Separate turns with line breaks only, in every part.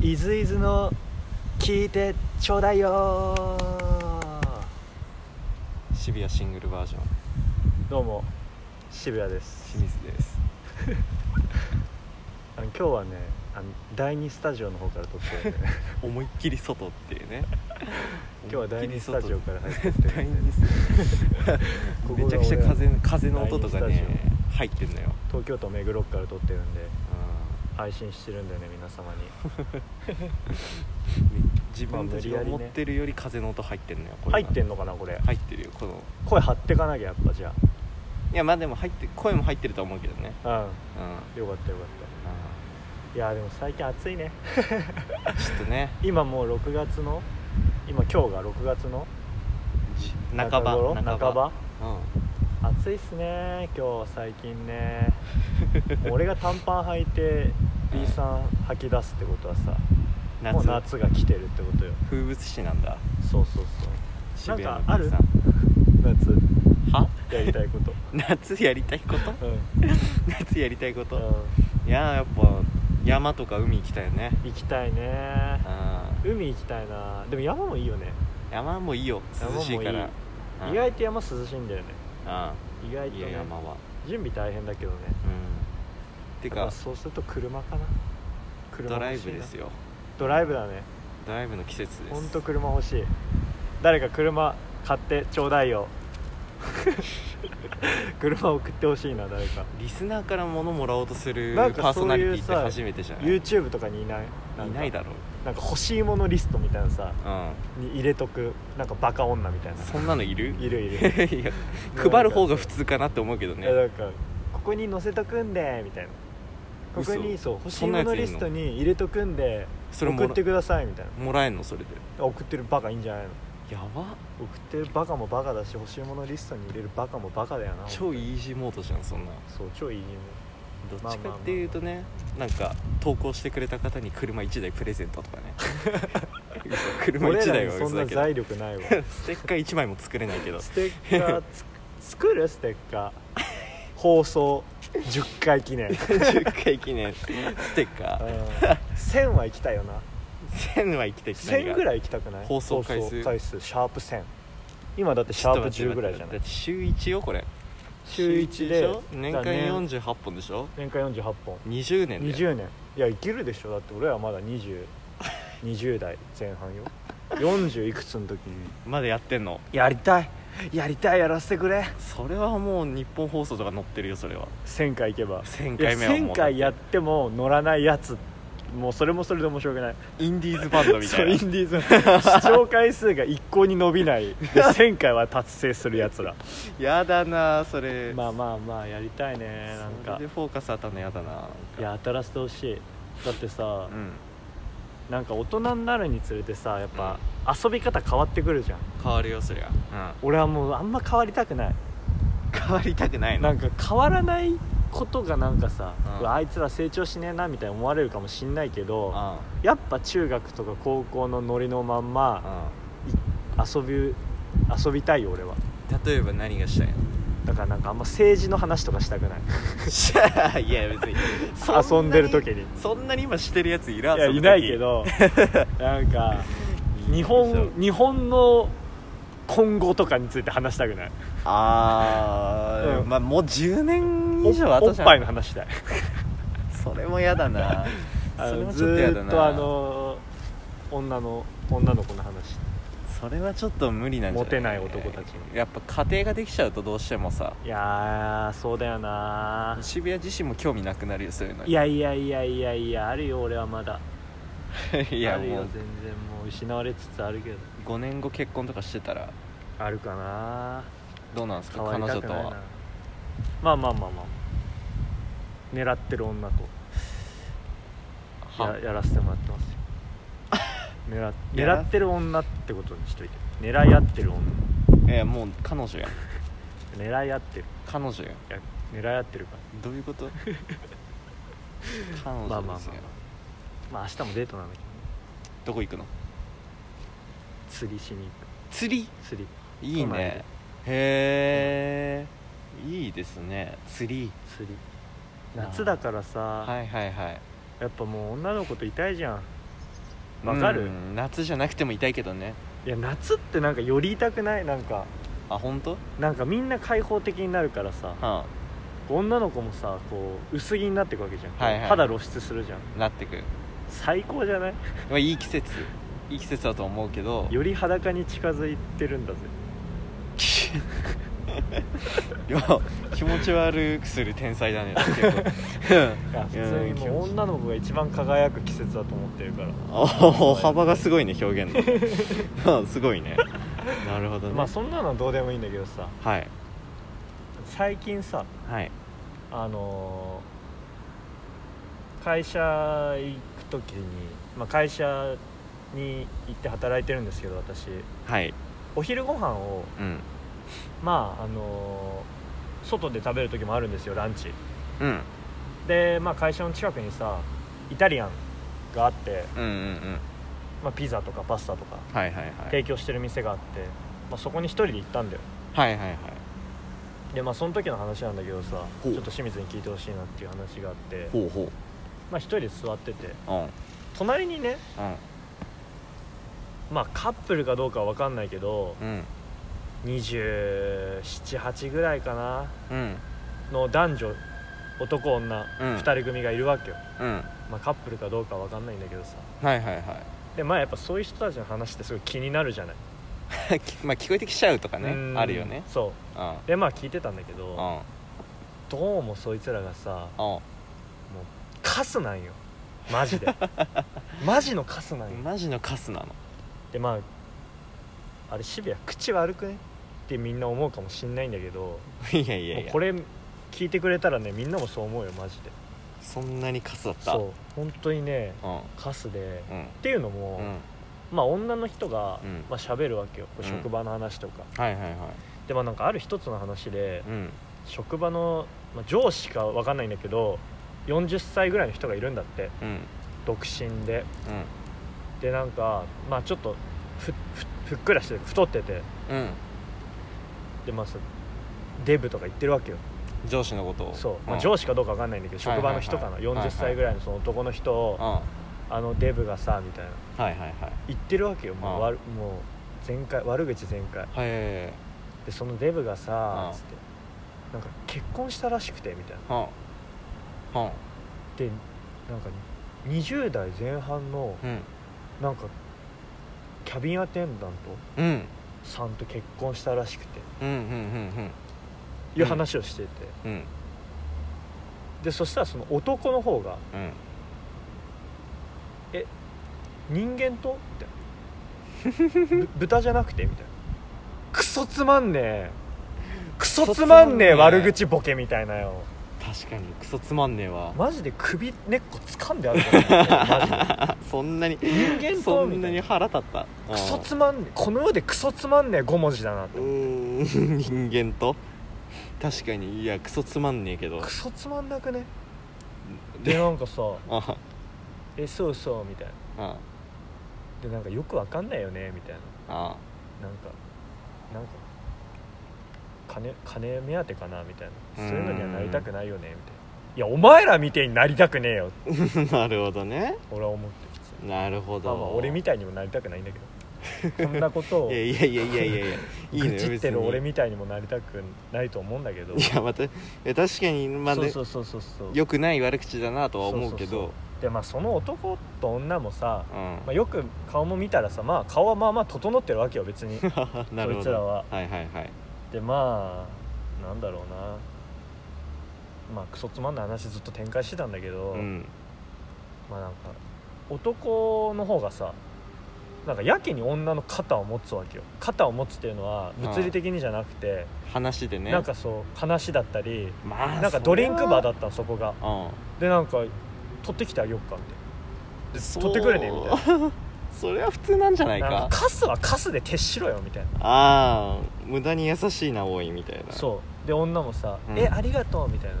いずいずの聞いてちょうだいよ
シビアシングルバージョン
どうも渋谷です
清水です
あの今日はねあの第2スタジオの方から撮って るんでね
思いっきり外っていうね
今日は第二スタジオから入ってっ
って て
る
る
んでここが
めちゃくちゃ風の風の
俺らの
音とか
第二
ね
スタジ
入ってんのよ、
東京都目黒区から撮ってるんで
う
配信してるんだよね皆様に
ん自分たち
まあ無理や
が
りね
思ってるより風の音入ってんのよこれ
入
が
ってんのかなこれ
入ってるよこの
声張ってかなきゃやっぱじゃ
いやまあでも入って声も入ってると思うけどね
あ
うんあ
うんよかったよかったいやでも最近暑いね
ーちょっとね
今もう6月の今今日が6月の
じ半
中
ば
頃
半ば
半ば
うん
暑いっすね今日最近ね俺が短パン履いて B さん吐き出すってことはさ
夏
もう夏が来てるってことよ
風物詩なんだ
そうそうそう
渋谷
なん
の
かある
皆さ
夏
んは
やりたいこと
夏やりたいこと
うん、
夏やりたいこと、
うん
いやーやっぱ山とか海行きたいよね
行きたいね
あ
海行きたいなでも山もいいよね
山もいいよ
山も
涼
いい
しいからうん
意外と山涼しいんだよね意
う
外
ん
と
い
ね
や山は
準備大変だけどね
うんて
まあ
か
そうすると車かな車
ドライ
欲しいな
ブですよ
ドライブだね
ドライブの季節です
ほんと車欲しい誰か車買ってちょうだいよ 車送ってほしいな誰か
リスナーから物もらおうとするパ
なんか
ーソ
そう
ナ
い
リ
う
ティっ
さ
て初めてじゃない
YouTube とかにいないん
い
か
ないだろ
なんか欲しいものリストみたいなさ
うん
に入れとくなんかバカ女みたいな
そんなのいる
い るいる
いや配る方が普通かなって思うけど
いやな
ね
んかここに載せとくんでみたいなここに
嘘
そう欲し
そ
い
んな
も
やつ
の
いんの
リストに入れとくんで
それも
送
ら
ってくださいみたい
もらえんのそれで
な送ってるバカいいんじゃないの
やば
送ってるバカもバカだし欲しいものリストに入れるバカもバカだよな
超イージーモードじゃんそんな
そう超いいね
どっちかっていうとねなんか投稿してくれた方に車1台プレゼン トとかね嘘車
俺
1
ら
台
に
は
そん
嘘
な
だけど
財力 ないわ
ステッカー1枚も作れない けど
ステッカーつ作るステッカー放送10回記念うん
10回記念ステッカー
1000は行きたいよな
1000は生きてきた
1000ぐら
い
い行きたくない
放送回数
シャープ1000今だってシャープ10ぐらいじゃな
だ
い
って週1よこれ
週1
し
で
ょ年間
だね
48本でしょ
年間48本
20年で
20年いやいけるでしょだって俺はまだ2020 20代前半よ40いくつの時に
まだやってんの
やりたいやりたいやらせてくれ
それはもう日本放送とか載ってるよそれは
1000回行けば
1000
いや
回目はも
1000
う
回やっても乗らないやつもうそれもそれで面白くない
インディーズバンドみた
そう
い
イン
な
ディーズの視聴回数が一向に伸びないで1000回 は達成するやつら
やだなそれ
まあまあまあやりたいねなん
それ
か
でフォーカス当たるのやだない
や当たらせてほしいだってさ、
うん
なんか大人になるにつれてさやっぱ遊び方変わってくるじゃん
変わるよそりゃ、
俺はもうあんま変わりたくない
変わりたくないの
なんか変わらないことがなんかさ、
うん
うわあいつら成長しねえなみたいに思われるかもしんないけど、
うん
やっぱ中学とか高校のノリのまんま遊び遊びたいよ俺は
うん例えば何がしたいの
だからなんかあんま政治の話とかしたくない
しゃあ いや別に
遊んでる時に
そんなに今してるやついら
いや
その時
いないけど なんか日本日本の今後とかについて話したくない
あー、
うん
まあもう10年
お
以上後
おっ
じゃん
ぱいの話したい
それも嫌だな
あ
それ
の
も
ず
ちょっと嫌だ
ーっと
な
あの女の女の子の話
それはちょっと無理なんじゃない
モテない男たちに
やっぱ家庭ができちゃうとどうしてもさ
いやーそうだよな
渋谷自身も興味なくなるよそういうの
いやいやいやいやいやあるよ俺はまだ
いや
あるよ
もう
全然もう失われつつあるけど
5年後結婚とかしてたら
あるかな
どうなんですか
変わ
彼
りた
女
く
と
ないな
は
まあまあまあまあ狙ってる女と
は
ややらせてもらって ますよ狙っ
やら
狙ってる女ってことにしといて狙い合ってる女
いやもう彼女や
狙い合ってる
彼女や
いや狙い合ってるか
どういうこと
まあ
彼女
まあまあ
ですよ
まあ明日もデートなんだけどね
どこ行くの
釣りしに行
釣り
く釣り
いい
都内
ねへえいいですね釣り
釣り夏だからさ、
はいはいはい
やっぱもう女の子といたいじゃんわかる、
うん夏じゃなくても痛いけどね
いや夏ってなんかより痛くないなんか
あ本当？
なんかみんな開放的になるからさ
は
女の子もさこう薄着になってくわけじゃん、
はいはい
肌露出するじゃん
あなってく
最高じゃない
まあいい季節いい季節だと思うけど
より裸に近づいてるんだぜ
いや気持ち悪くする天才だね結構
いや普通にもう
うん
女の子が一番輝く季節だと思ってるから
おお幅がすごいね表現の うんすごいねなるほどね、
まあそんなのはどうでもいいんだけどさ
はい
最近さ
はい
あのー会社行く時に、まあ、会社に行って働いてるんですけど私
はい
お昼ご飯を
うん
まああのー外で食べる時もあるんですよランチ
うん
で、まあ、会社の近くにさイタリアンがあって、
うんうんうん
まあ、ピザとかパスタとか
はいはいはい
提供してる店があって、まあ、そこに一人で行ったんだよ
はいはいはい
でまあその時の話なんだけどさち
ほ
ょ
う
っと清水に聞いてほしいなっていう話があって
ほうほ
まあ一人で座ってて
ううんうん
隣にねまあカップルかどうかは分かんないけど
うん
278ぐらいかな
うん
の男女男女
うん
2人組がいるわけよ、
うん
まあカップルかどうかは分かんないんだけどさ
はいはいは
でまあやっぱそういう人たちの話ってすごい気になるじゃない
い まあ聞こえてきちゃうとか
う
ね
ん
あるよね
そ
うんうん
うでまあ聞いてたんだけど
うん
どうもそいつらがさカスなんよマジ でマジのカスなんよ
マジのカスなの
でまああれ渋谷口悪くねってみんな思うかもしんないんだけど
いやいやい
もう
や
これ聞いてくれたらねみんなもそう思うよマジで
そんなにカスだった
そう本当にね
うん
カスで
うん
っていうのも、
うん
まあ女の人が、
うん
まあ喋るわけよこう
うん
職場の話とか、
はいはいはい
でまあなんかある一つの話で、
うん
職場の、まあ、上司かわかんないんだけど40歳ぐらいの人がいるんだって
うん
独身で
うん
でなんかまあちょっとふふふっくらしてる太ってて
うん
でまあそうデブとか言ってるわけよ
上司のことを
そう、まあ、
ん
上司かどうかわかんないんだけど
はい
職
はいは
場
い
の人かな、
はいはい
40歳ぐらいのその男の人を、
うんはい
あのデブがさみたいな
はいはい
言ってるわけよもう
ああ
悪もう全開悪口全開
はい
でそのデブが
あ
さ
あ
つってなんか結婚したらしくてみたいな
はんはん
でなんか20代前半の
うん
なんかキャビンアテンダン
うん
トさんと結婚したらしくて
うんうんうん
いう話をしてて、
うんうん
でそしたらその男の方が
うん
人間と みたいなぶ豚じゃなくてみたいなクソつまんねえクソつまんねえ
クソつまんねえ
悪口ボケみたいなよ
確かにクソつまんねえわ
マジで首根っこ掴んである からねマジで
そんなに
人間
そ
と
ん
み
な
たい
に
な
腹立った
クソつまんねえこの世でクソつまんねえ5文字だなっ
う
て
ーん人間と確かにいやクソつまんねえけど
クソつまんなくねで
で
なんかさ
あ
「えそうそう」みたいな
あ
でなんかよくわかんないよねみたい
あ
ななんかなんか金金目当てかなみたいなそういうのにはなりたくないよねみたいないやお前らみてえになりたくねえよって
なるほどね
俺は思ってる普通に
なるほ
ま
ど
あまあ俺みたいにもなりたくないんだけど こんなことを
いや
愚
いやいやいやいやいやいいのよ
痴って
別に
る俺みたいにもなりたくないと思うんだけど
いやまたいや確かにまあ
そう
ね
そうそうそうそう
よくない悪口だなとは思うけ
そう
ど
でまあその男と女もさ、
うん
まあ、よく顔も見たらさまあ顔はまあまあ整ってるわけよ別に
な
そ
る
い
ほ
つら
ど
は
はいはいはい
でまあなんだろうなまあクソつまんない話ずっと展開してたんだけど、
うん
まあなんか男の方がさなんかやけに女の肩を持つわけよ肩を持つっていうのは物理的にじゃなくて、
話でね
なんかそう話だったり
まあ
なんかドリンクバーだ
っ
ったのそこが
うん
でなんか取ってきてあげよっかみ
そ
取ってくれねみた
いなそれは普通なんじゃな
た
い
いななん
か
かカスはカスで徹しろよみたいな
ああ無駄に優しいな多いみたいな
そうで女もさ「
うん
えありがとう」みたいな「い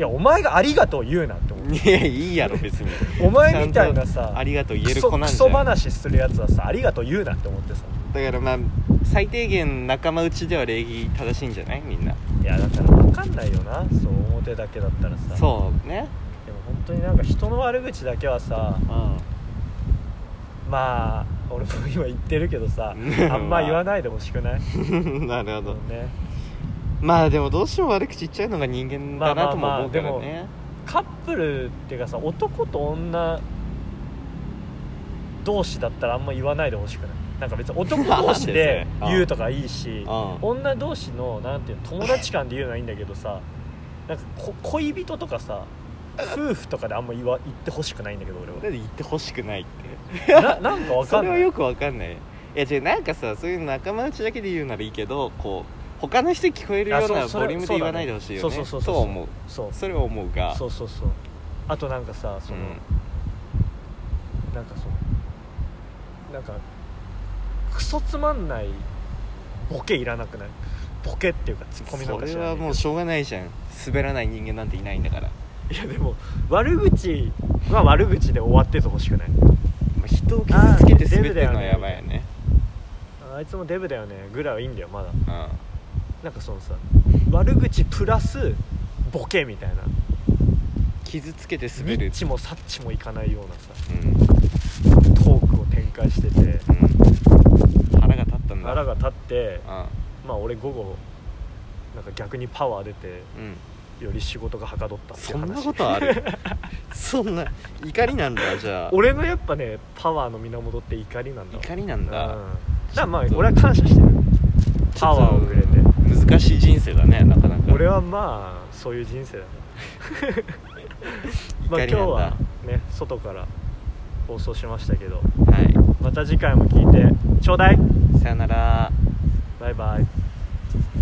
やお前がありがとう言うな」って思う
いやいいやろ別に
お前みたいな
ちゃんとあ
さ
りがとう言え
ク
る
ソ
子な
ク
んじゃ
ソ
ん
話するやつはさ「ありがとう言うな」って思ってさ
だからまあ最低限仲間内では礼儀正しいんじゃないみんない
やだから分かんないよなそう表だけだったらさ
そうね
でも本当になんか人の悪口だけはさ
うん
まあ俺も今言ってるけどさ
まあ
あんま言わないでほしくない、
なるほど、
ね、
まあでもどうしても悪口言っちゃうのが人間だなとも思うからね、
まあまあまあでカップルっていうかさ男と女同士だったらあんま言わないでほしくないなんか別に男同士で
なんでそれ
言うとかいいし
うん
女同士のなんていうの友達間で言うのはいいんだけどさなんかこ恋人とかさ夫婦とかであんま言わ言ってほしくないんだけど
なんで言ってほしくないって
俺はななんかわか
そ
ん
れ
な
はいよくわかんないいや違うなんかさそういう仲間内だけで言うならいいけどこう他の人に聞こえるよう
あそ
な
うそ
ボ
れ
リュームで言わないでほしいよね
そうそうそうそう
とは思う
そう
それは思うが
そうそうそうあとなんかさその、なんかそうなんかクソつまんないボケいらなくないボケっていうかツッコ
うん
ミなん
そ
か
れ
知らな
はい
けど
もうしょうがないじゃん滑らない人間なんていないんだから、
いやでも悪口は悪口で終わっててほしくない
まあ、人を傷つけて滑ってるのはやばいよね
あいつもデブだよねぐらいはいいんだよまだ
うん
なんかそのさ悪口プラスボケみたいな
傷つけて滑
ニ
る
ッチもサッチもいかないようなさ
うん
トークを展開してて
うん腹が立ったんだ
腹が立って
う
まあ俺午後なんか逆にパワー出て
んうん
より仕事がはかどったっていう
そ
話
んなことある そんな怒りなんだじゃあ
俺のやっぱねパワーの源って怒りなんだわ
怒りな
うんんだ
だ
からまあ俺は感謝してるパワーをくれて
ちょっと難しい人生だねなかなか
俺はまあそういう人生だ ねまあ今
怒り
日
なんだ
はね外から放送しましたけど
は
また次回も聞いてちょうだい
いさよなら
バイバイ